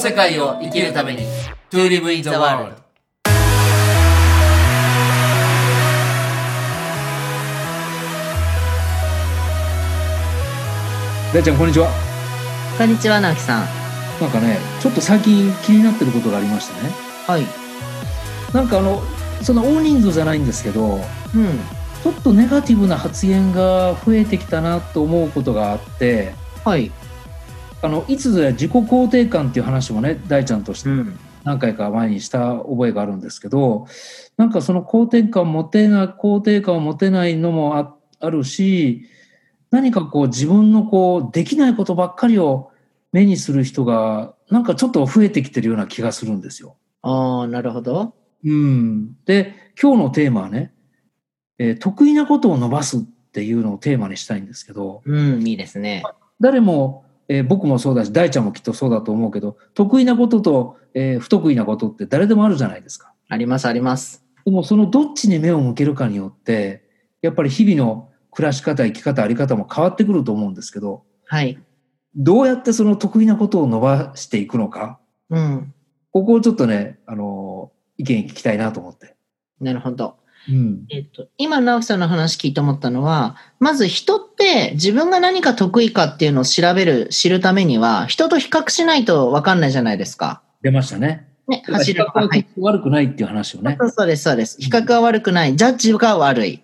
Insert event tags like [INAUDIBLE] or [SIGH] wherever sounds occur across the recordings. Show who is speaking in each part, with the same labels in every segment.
Speaker 1: 世界を生きるために To live in the world
Speaker 2: 大ちゃんこんにちは
Speaker 3: こんにちは、直樹さん。
Speaker 2: なんかねちょっと最近気になってることがありましてね
Speaker 3: はい。
Speaker 2: なんかあのその大人数じゃないんですけど
Speaker 3: うん。
Speaker 2: ちょっとネガティブな発言が増えてきたなと思うことがあって
Speaker 3: はい。
Speaker 2: あのいつぞや自己肯定感っていう話もね大ちゃんとして
Speaker 3: ん。
Speaker 2: 何回か前にした覚えがあるんですけどなんかその肯定感持てない肯定感を持てないのもああるし何かこう自分のこうできないことばっかりを目にする人がなんかちょっと増えてきてるような気がするんですよ。
Speaker 3: ああ、なるほど。
Speaker 2: うん、で今日のテーマはね、えー得意なことを伸ばすっていうのをテーマにしたいんですけど
Speaker 3: うん、いいですね。
Speaker 2: 誰も、えー僕もそうだし大ちゃんもきっとそうだと思うけど得意なことと、えー不得意なことって誰でもあるじゃないですか。
Speaker 3: あります、あります。
Speaker 2: でもそのどっちに目を向けるかによってやっぱり日々の暮らし方生き方あり方も変わってくると思うんですけど
Speaker 3: はい。
Speaker 2: どうやってその得意なことを伸ばしていくのか
Speaker 3: うん。
Speaker 2: ここをちょっとね、あのー意見聞きたいなと思って。
Speaker 3: なるほど。
Speaker 2: うん、
Speaker 3: えっと、今、直樹さんの話聞いて思ったのは、まず人って自分が何か得意かっていうのを調べる、知るためには、人と比較しないと分かんないじゃないですか。
Speaker 2: 出ましたね。
Speaker 3: ね、走るのが。はい。
Speaker 2: 悪くないっていう話をね。
Speaker 3: そうそうです、そうです。比較が悪くない。ジャッジが悪い。
Speaker 2: うん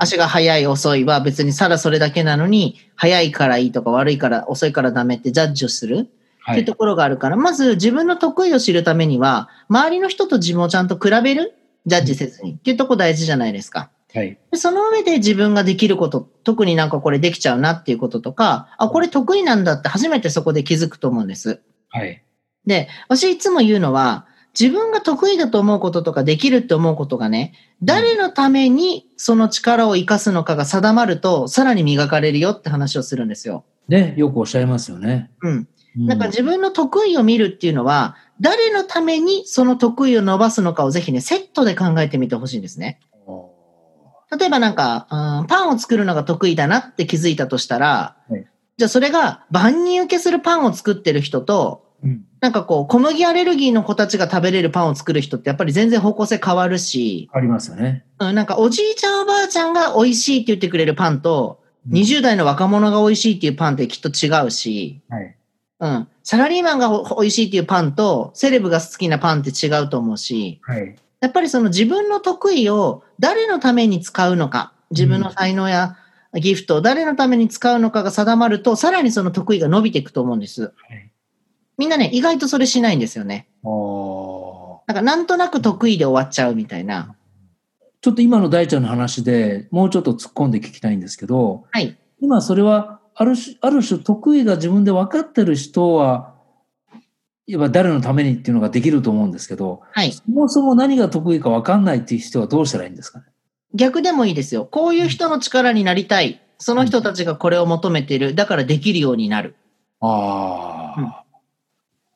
Speaker 3: 足が速い遅いは別にさらそれだけなのに、速いからいいとか悪いから遅いからダメってジャッジをする。っ
Speaker 2: は
Speaker 3: ていう
Speaker 2: い
Speaker 3: ところがあるから、まず自分の得意を知るためには、周りの人と自分をちゃんと比べる、ジャッジせずにっていうとこ大事じゃないですか。
Speaker 2: はい
Speaker 3: でその上で自分ができること、特になんかこれできちゃうなっていうこととか、あ、これ得意なんだって初めてそこで気づくと思うんです。
Speaker 2: はい
Speaker 3: で、私いつも言うのは、自分が得意だと思うこととかできるって思うことがね、誰のためにその力を生かすのかが定まると、さらに磨かれるよって話をするんですよ。
Speaker 2: ね、よくおっしゃいますよね。
Speaker 3: うん。
Speaker 2: うん
Speaker 3: なんか自分の得意を見るっていうのは、誰のためにその得意を伸ばすのかをぜひね、セットで考えてみてほしいんですね。例えばなんか、うんパンを作るのが得意だなって気づいたとしたら、
Speaker 2: はい
Speaker 3: じゃあそれが万人受けするパンを作ってる人と、
Speaker 2: うん
Speaker 3: なんかこう、小麦アレルギーの子たちが食べれるパンを作る人ってやっぱり全然方向性変わるし、
Speaker 2: ありますよね。
Speaker 3: うんなんかおじいちゃんおばあちゃんが美味しいって言ってくれるパンと、
Speaker 2: うん
Speaker 3: 20代の若者が美味しいっていうパンってきっと違うし、
Speaker 2: はい。
Speaker 3: うん。サラリーマンがほ美味しいっていうパンと、セレブが好きなパンって違うと思うし、
Speaker 2: はい。
Speaker 3: やっぱりその自分の得意を誰のために使うのか、自分の才能やギフトを誰のために使うのかが定まると、さらにその得意が伸びていくと思うんです。
Speaker 2: い
Speaker 3: みんなね、意外とそれしないんですよね。
Speaker 2: おー
Speaker 3: なんかなんとなく得意で終わっちゃうみたいな。
Speaker 2: ちょっと今の大ちゃんの話でもうちょっと突っ込んで聞きたいんですけど、
Speaker 3: はい。
Speaker 2: 今それはある種、ある種得意が自分で分かってる人は、いわば誰のためにっていうのができると思うんですけど、
Speaker 3: はい。
Speaker 2: そもそも何が得意か分かんないっていう人はどうしたらいいんですかね。
Speaker 3: 逆でもいいですよ。こういう人の力になりたい。その人たちがこれを求めている。だからできるようになる。
Speaker 2: ああ、
Speaker 3: うん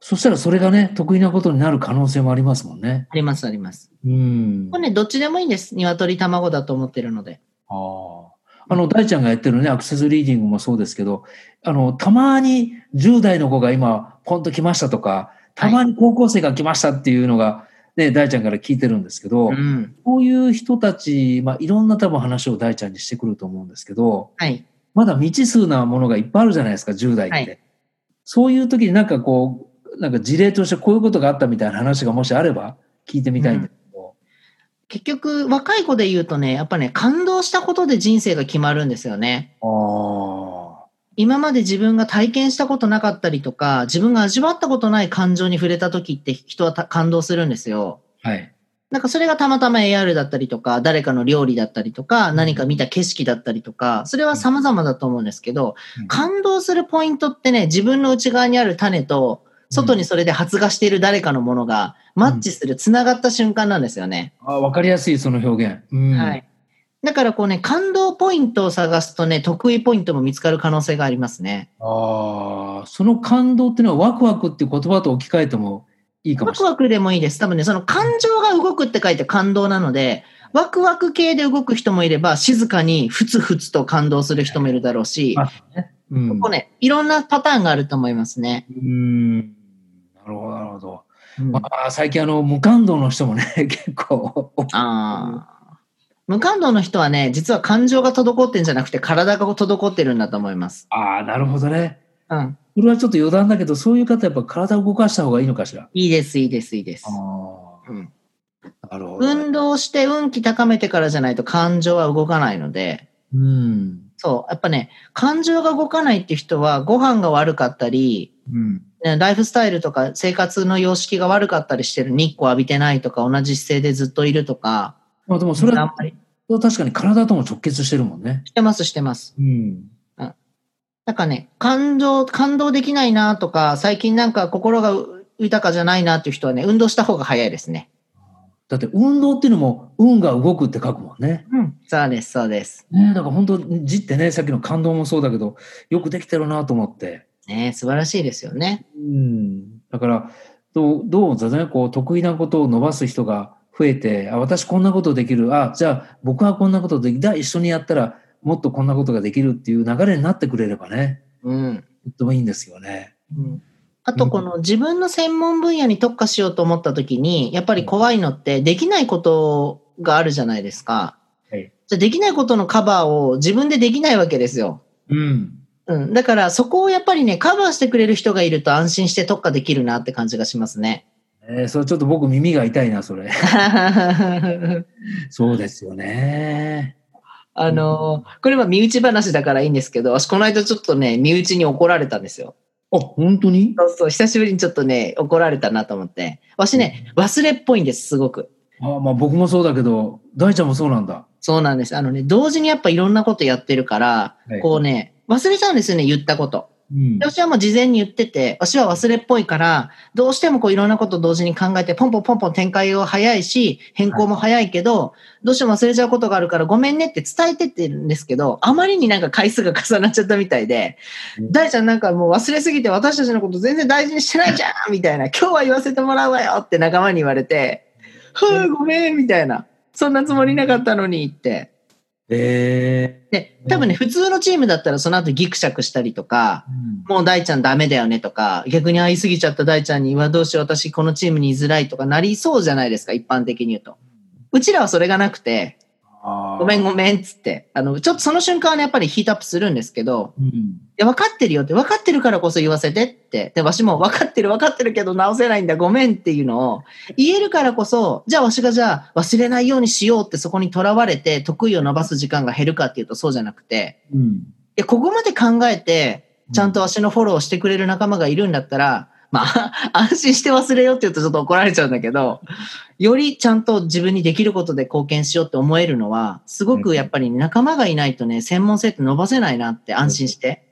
Speaker 2: そしたらそれがね、得意なことになる可能性もありますもんね。
Speaker 3: あります、あります。
Speaker 2: うん
Speaker 3: これね、どっちでもいいんです。鶏卵だと思ってるので。
Speaker 2: あーあの、大ちゃんがやってるね、アクセスリーディングもそうですけど、あの、たまに10代の子が今、ポンと来ましたとか、たまに高校生が来ましたっていうのが、ね、大ちゃんから聞いてるんですけ
Speaker 3: う
Speaker 2: ど、
Speaker 3: ん。
Speaker 2: こういう人たち、まあ、いろんな多分話を大ちゃんにしてくると思うんですけど、
Speaker 3: はい。
Speaker 2: まだ未知数なものがいっぱいあるじゃないですか、10代って。
Speaker 3: はい
Speaker 2: そういう時になんかこう、なんか事例としてこういうことがあったみたいな話がもしあれば、聞いてみたいんですけど。
Speaker 3: 結局、若い子で言うとね、やっぱね、感動したことで人生が決まるんですよね。
Speaker 2: ああ。
Speaker 3: 今まで自分が体験したことなかったりとか、自分が味わったことない感情に触れた時って人はた感動するんですよ。
Speaker 2: はい。
Speaker 3: なんかそれがたまたま AR だったりとか、誰かの料理だったりとか、何か見た景色だったりとか、それは様々だと思うんですけど
Speaker 2: うん、
Speaker 3: 感動するポイントってね、自分の内側にある種と、外にそれで発芽している誰かのものがマッチする、繋がった瞬間なんですよね。
Speaker 2: あわかりやすい、その表現。うん
Speaker 3: はい。だからこうね、感動ポイントを探すとね、得意ポイントも見つかる可能性がありますね。
Speaker 2: ああ、その感動っていうのはワクワクっていう言葉と置き換えてもいいかも
Speaker 3: ワ
Speaker 2: し
Speaker 3: ク
Speaker 2: れない。
Speaker 3: ワクでもいいです。多分ね、その感情が動くって書いて感動なので、ワクワク系で動く人もいれば、静かにふつふつと感動する人もいるだろうし、
Speaker 2: あうん
Speaker 3: こうね、いろんなパターンがあると思いますね。
Speaker 2: うん。なるほど、なるほど。
Speaker 3: うん
Speaker 2: まあ、最近あの、無感動の人もね、 [LAUGHS] 結構、
Speaker 3: ああ。無感動の人はね、実は感情が滞ってんじゃなくて、体が滞ってるんだと思います。
Speaker 2: ああ、なるほどね。
Speaker 3: うん。
Speaker 2: これはちょっと余談だけど、そういう方やっぱ体を動かした方がいいのかしら。
Speaker 3: いいです、いいです、いいです
Speaker 2: あ。あ、
Speaker 3: うん
Speaker 2: なるほどね。
Speaker 3: 運動して運気高めてからじゃないと感情は動かないので、
Speaker 2: うん。
Speaker 3: そう。やっぱね、感情が動かないって人は、ご飯が悪かったり、
Speaker 2: うん。
Speaker 3: ねライフスタイルとか生活の様式が悪かったりしてる。日光浴びてないとか、同じ姿勢でずっといるとか。
Speaker 2: まあでもそれ
Speaker 3: あん
Speaker 2: は
Speaker 3: まり。
Speaker 2: 確かに体とも直結してるもんね。
Speaker 3: してます、してます。
Speaker 2: うん。
Speaker 3: なんかね、感情、感動できないなとか、最近なんか心がう豊かじゃないなっていう人はね、運動した方が早いですね。
Speaker 2: だって運動っていうのも、運が動くって書くもんね。
Speaker 3: うん。そうです、そうです。
Speaker 2: ねだから本当、字ってね、さっきの感動もそうだけど、よくできてるなと思って。
Speaker 3: ね素晴らしいですよね。
Speaker 2: うん。だから、どう、どうだね、こう、得意なことを伸ばす人が増えて、あ、私こんなことできる。あ、じゃあ僕はこんなことでき、だ、一緒にやったら、もっとこんなことができるっていう流れになってくれればね、
Speaker 3: うん。
Speaker 2: とってもいいんですよね。
Speaker 3: うん、あと、この自分の専門分野に特化しようと思った時に、やっぱり怖いのって、できないことがあるじゃないですか。
Speaker 2: はい
Speaker 3: じゃあできないことのカバーを自分でできないわけですよ。
Speaker 2: うん。
Speaker 3: うん。だから、そこをやっぱりね、カバーしてくれる人がいると安心して特化できるなって感じがしますね。 [LAUGHS]
Speaker 2: えー、それちょっと僕耳が痛いな、そ [LAUGHS] れ。そうですよね。
Speaker 3: あのーこれは身内話だからいいんですけど、私この間ちょっとね、身内に怒られたんですよ。
Speaker 2: あ、本当に
Speaker 3: そうそう、久しぶりにちょっとね、怒られたなと思って。私ね、忘れっぽいんです、すごく。
Speaker 2: あまあ僕もそうだけど、大ちゃんもそうなんだ。
Speaker 3: そうなんです。あのね、同時にやっぱいろんなことやってるから、
Speaker 2: はい
Speaker 3: こうね、忘れちゃうんですよね、言ったこと。
Speaker 2: うん
Speaker 3: で私はもう事前に言ってて、私は忘れっぽいから、どうしてもこういろんなこと同時に考えて、ポンポンポンポン展開を早いし、変更も早いけど、どうしても忘れちゃうことがあるからごめんねって伝えてってるんですけど、あまりになんか回数が重なっちゃったみたいで
Speaker 2: う、ん
Speaker 3: 大ちゃんなんかもう忘れすぎて私たちのこと全然大事にしてないじゃんみたいな、今日は言わせてもらうわよって仲間に言われて、はあ、ごめんみたいな、そんなつもりなかったのにって。
Speaker 2: え
Speaker 3: で、多分ね、普通のチームだったらその後ギクシャクしたりとか、
Speaker 2: ー
Speaker 3: もう大ちゃんダメだよねとか、逆に会いすぎちゃった大ちゃんに、うわ、どうしよう、私このチームに居づらいとかなりそうじゃないですか、一般的に言うと。うちらはそれがなくて、
Speaker 2: あー
Speaker 3: ごめんごめんっつって、あの、ちょっとその瞬間はね、やっぱりヒートアップするんですけど、
Speaker 2: うん。
Speaker 3: いや、分かってるよって、分かってるからこそ言わせてって。で、わしも分かってる分かってるけど直せないんだ、ごめんっていうのを言えるからこそ、じゃあわしがじゃあ忘れないようにしようってそこにとらわれて、得意を伸ばす時間が減るかっていうとそうじゃなくて、
Speaker 2: うん。
Speaker 3: いや、ここまで考えて、ちゃんと私のフォローしてくれる仲間がいるんだったら、まあ、 [LAUGHS] 安心して忘れようって言うとちょっと怒られちゃうんだけど、よりちゃんと自分にできることで貢献しようって思えるのは、すごくやっぱり仲間がいないとね、専門性って伸ばせないなって安心して。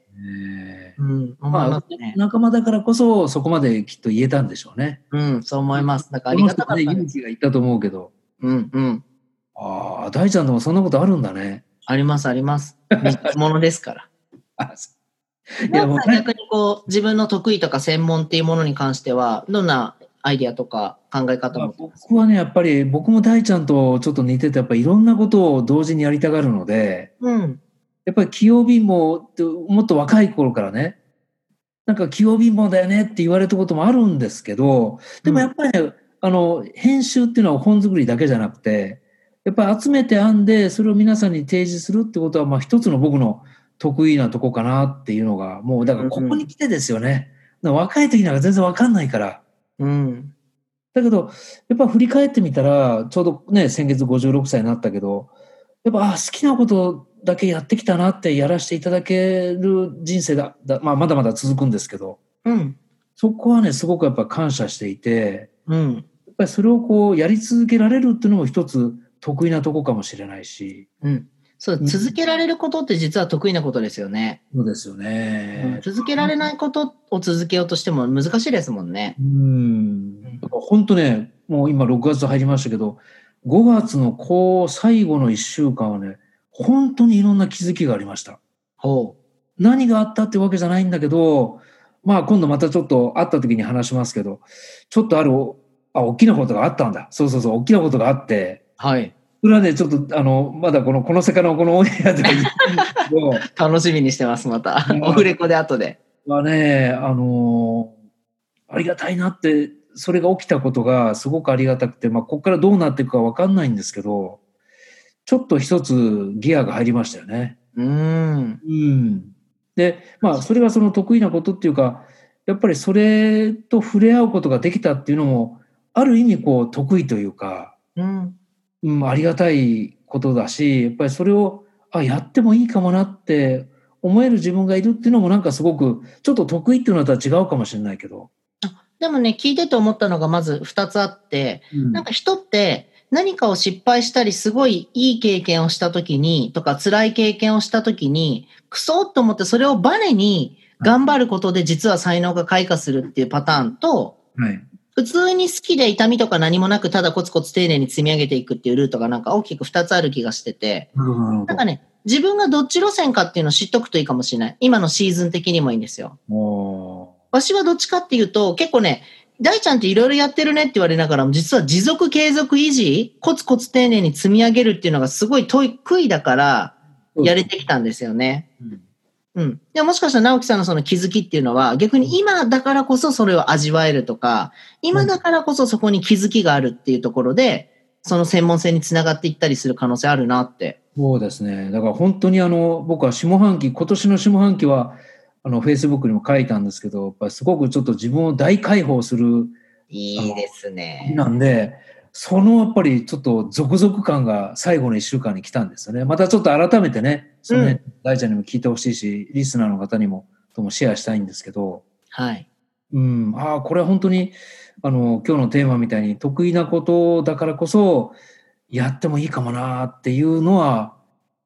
Speaker 2: え
Speaker 3: うん、
Speaker 2: ー
Speaker 3: 思い
Speaker 2: ま
Speaker 3: ま
Speaker 2: あ
Speaker 3: す、ね。
Speaker 2: 仲間だからこそ、そこまできっと言えたんでしょうね。
Speaker 3: うん、そう思います。だからありがたか
Speaker 2: こ
Speaker 3: っ
Speaker 2: の人
Speaker 3: た
Speaker 2: ね
Speaker 3: で
Speaker 2: 勇
Speaker 3: す。
Speaker 2: 気がいったと思うけど。
Speaker 3: うん、うん。
Speaker 2: ああ、大ちゃんでもそんなことあるんだね。
Speaker 3: あります、あります。ものです [LAUGHS] から。
Speaker 2: あそいや、
Speaker 3: なん
Speaker 2: もう
Speaker 3: か
Speaker 2: ね、
Speaker 3: 逆にこう、自分の得意とか専門っていうものに関しては、どんなアイディアとか考え方
Speaker 2: まあ
Speaker 3: も。
Speaker 2: 僕はね、やっぱり、僕も大ちゃんとちょっと似てて、やっぱいろんなことを同時にやりたがるので、
Speaker 3: うん。
Speaker 2: やっぱり器用貧乏って、もっと若い頃からね、なんか器用貧乏だよねって言われたこともあるんですけど、でもやっぱりね、あの、編集っていうのは本作りだけじゃなくて、やっぱり集めて編んで、それを皆さんに提示するってことは、まあ一つの僕の得意なとこかなっていうのが、もうだからここに来てですよね。だから若い時なんか全然わかんないから。
Speaker 3: うん。
Speaker 2: だけど、やっぱ振り返ってみたら、ちょうどね、先月56歳になったけど、やっぱ、あ好きなことだけやってきたなって、やらせていただける人生だ、だまあ、まだまだ続くんですけど、
Speaker 3: うん。
Speaker 2: そこはね、すごくやっぱ感謝していて、
Speaker 3: うん。
Speaker 2: やっぱりそれをこうやり続けられるっていうのも一つ得意なとこかもしれないし。
Speaker 3: うん。そう、
Speaker 2: うん
Speaker 3: 続けられることって実は得意なことですよね。
Speaker 2: そうですよ
Speaker 3: うん
Speaker 2: ね。
Speaker 3: 続けられないことを続けようとしても難しいですもんね。
Speaker 2: うん。だから本当ね、もう今6月入りましたけど、5月のこう最後の1週間はね、本当にいろんな気づきがありました。
Speaker 3: ほ
Speaker 2: 何があったってわけじゃないんだけど、まあ今度またちょっと会った時に話しますけど、ちょっとある、あ、大きなことがあったんだ。そうそうそう、大きなことがあって
Speaker 3: う。、はい。
Speaker 2: それはね、ちょっとあの、まだこの、この世界のこのオンエアでは言えないんですけど、 [LAUGHS]
Speaker 3: 楽しみにしてます、また
Speaker 2: う。ん
Speaker 3: オフレコで後で。
Speaker 2: はね、あのありがたいなって、それが起きたことがすごくありがたくて、まあ、ここからどうなっていくかわかんないんですけど、ちょっと一つギアが入りましたよね。
Speaker 3: うん。
Speaker 2: うん、でまあそれはその得意なことっていうかやっぱりそれと触れ合うことができたっていうのもある意味こう得意というか、
Speaker 3: うん。
Speaker 2: うん、ありがたいことだしやっぱりそれをあやってもいいかもなって思える自分がいるっていうのもなんかすごくちょっと得意っていうのとは違うかもしれないけど。
Speaker 3: でもね、聞いてて思ったのがまず2つあって、なんか人って何かを失敗したり、すごいいい経験をした時に、とか辛い経験をした時に、クソっと思ってそれをバネに頑張ることで実は才能が開花するっていうパターンと、
Speaker 2: はい、
Speaker 3: 普通に好きで痛みとか何もなくただコツコツ丁寧に積み上げていくっていうルートがなんか大きく2つある気がしてて、
Speaker 2: なるほどなるほ
Speaker 3: なんかね、自分がどっち路線かっていうのを知っとくといいかもしれない。今のシーズン的にもいいんですよ。
Speaker 2: ど。お
Speaker 3: わしはどっちかっていうと、結構ね、大ちゃんっていろいろやってるねって言われながらも、実は持続継続維持、コツコツ丁寧に積み上げるっていうのがすごい得意だから、
Speaker 2: ー
Speaker 3: やれてきたんですよね。
Speaker 1: うん
Speaker 3: うん。でももしかしたら直樹さんのその気づきっていうのは、逆に今だからこそそれを味わえるとか、今だからこそそこに気づきがあるっていうところで、その専門性につながっていったりする可能性あるなって。
Speaker 2: そうですね。だから本当にあの、僕は下半期、今年の下半期は、あの、Facebook にも書いたんですけど、やっぱりすごくちょっと自分を大解放する
Speaker 3: いいですね。
Speaker 2: なんで、そのやっぱりちょっと続々感が最後の1週間に来たんですよね。またちょっと改めてね、その辺大ちゃんにも聞いてほしいし、リスナーの方にも、ともシェアしたいんですけど、
Speaker 3: はい。
Speaker 2: うん、ああ、これは本当に、あの、今日のテーマみたいに得意なことだからこそ、やってもいいかもなーっていうのは、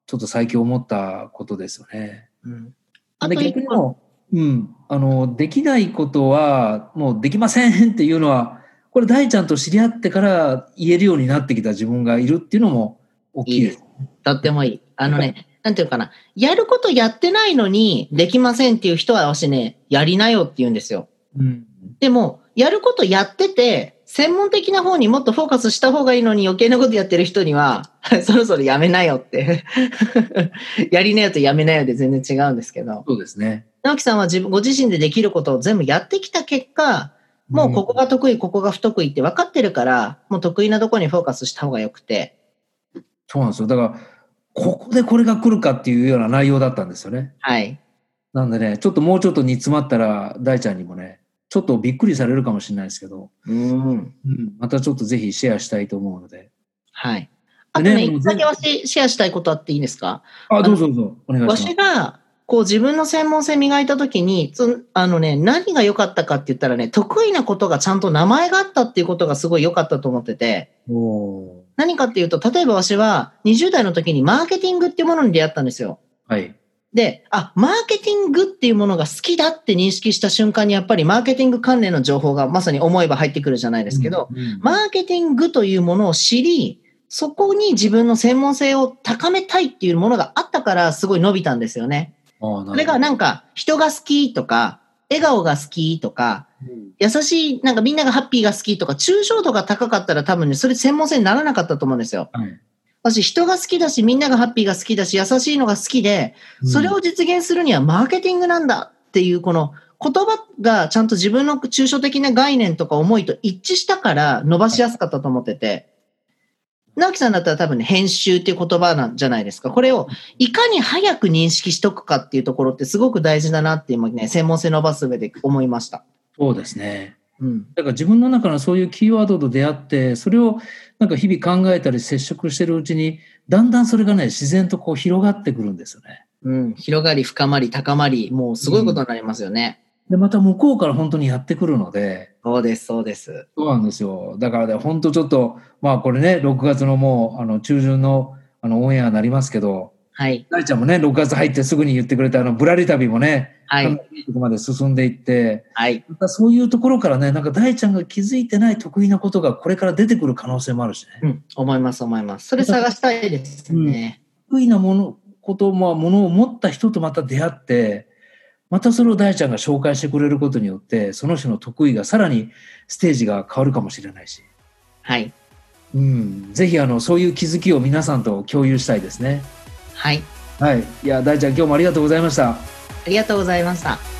Speaker 2: ちょっと最近思ったことですよね。
Speaker 3: うん。あ
Speaker 2: で
Speaker 3: と一
Speaker 2: 逆に
Speaker 3: 個、
Speaker 2: もう、うん、あの、できないことは、もうできませんっていうのは、これ大ちゃんと知り合ってから言えるようになってきた自分がいるっていうのも大きいです。
Speaker 3: とってもいい。あのね、なんていうかな。やることやってないのに、できませんっていう人は、私ね、やりなよって言うんですよ。
Speaker 2: うん。
Speaker 3: でも、やることやってて、専門的な方にもっとフォーカスした方がいいのに余計なことやってる人には、 [LAUGHS] そろそろやめなよって。 [LAUGHS] やりなよとやめなよで全然違うんですけど。
Speaker 2: そうですね。
Speaker 3: 直樹さんは自分、ご自身でできることを全部やってきた結果、もうここが得意、ここが不得意って分かってるから、もう得意なとこにフォーカスした方がよくて。
Speaker 2: そうなんですよ。だから、ここでこれが来るかっていうような内容だったんですよね。
Speaker 3: はい。
Speaker 2: なんでね、ちょっともうちょっと煮詰まったら、大ちゃんにもね、ちょっとびっくりされるかもしれないですけど、
Speaker 3: うん。
Speaker 2: またちょっとぜひシェアしたいと思うので。
Speaker 3: はい。あ
Speaker 2: で
Speaker 3: と
Speaker 2: ね
Speaker 3: ね、
Speaker 2: もう
Speaker 3: 一つだけ
Speaker 2: 全
Speaker 3: わしシェアしたいことあっていいですか
Speaker 2: あ、どうぞどうぞ、お願いしま
Speaker 3: わ
Speaker 2: す。
Speaker 3: しが、こう自分の専門性磨いたときに、そのあのね、何が良かったかって言ったらね、得意なことがちゃんと名前があったっていうことがすごい良かったと思ってて、
Speaker 2: おー
Speaker 3: 何かっていうと、例えばわしは20代の時にマーケティングっていうものに出会ったんですよ。
Speaker 2: はい。
Speaker 3: で、あ、マーケティングっていうものが好きだって認識した瞬間に、やっぱりマーケティング関連の情報がまさに思えば入ってくるじゃないですけど、
Speaker 2: うんうん
Speaker 3: マーケティングというものを知り、そこに自分の専門性を高めたいっていうものがあったから、すごい伸びたんですよね。
Speaker 2: あーなるほど
Speaker 3: それがなんか、人が好きとか、笑顔が好きとか、優しい、なんかみんながハッピーが好きとか、抽象度が高かったら多分ね、それ専門性にならなかったと思うんですよ。
Speaker 2: はい
Speaker 3: 私、人が好きだし、みんながハッピーが好きだし、優しいのが好きで、それを実現するにはマーケティングなんだっていう、この言葉がちゃんと自分の抽象的な概念とか思いと一致したから伸ばしやすかったと思ってて、直樹さんだったら多分ね、編集っていう言葉なんじゃないですか。これをいかに早く認識しとくかっていうところってすごく大事だなって今ね、専門性伸ばす上で思いました。
Speaker 2: そうですね。
Speaker 3: うん。
Speaker 2: だから自分の中のそういうキーワードと出会って、それをなんか日々考えたり接触してるうちに、だんだんそれがね、自然とこう広がってくるんですよね。
Speaker 3: うん。広がり、深まり、高まり、もうすごいことになりますよね。
Speaker 2: で、また向こうから本当にやってくるので、
Speaker 3: そうです、そうです。
Speaker 2: そうなんですよ。だからね、本当ちょっと、まあこれね、6月のもう、あの、中旬の、あの、オンエアになりますけど、
Speaker 3: はい。
Speaker 2: 大ちゃんもね、6月入ってすぐに言ってくれた、あの、ぶらり旅もね、
Speaker 3: は。
Speaker 2: かないりいいとこまで進んでいって、
Speaker 3: はい。
Speaker 2: またそういうところからね、なんか大ちゃんが気づいてない得意なことがこれから出てくる可能性もあるしね。
Speaker 3: うん。思います、思います。それ探したいですね。
Speaker 2: 得意なもの、こと、まあ、ものを持った人とまた出会って、またそれを大ちゃんが紹介してくれることによって、その人の得意がさらにステージが変わるかもしれないし。
Speaker 3: はい。
Speaker 2: うん、ぜひあのそういう気づきを皆さんと共有したいですね。
Speaker 3: はい。
Speaker 2: はい、いや大ちゃん今日もありがとうございました。
Speaker 3: ありがとうございました。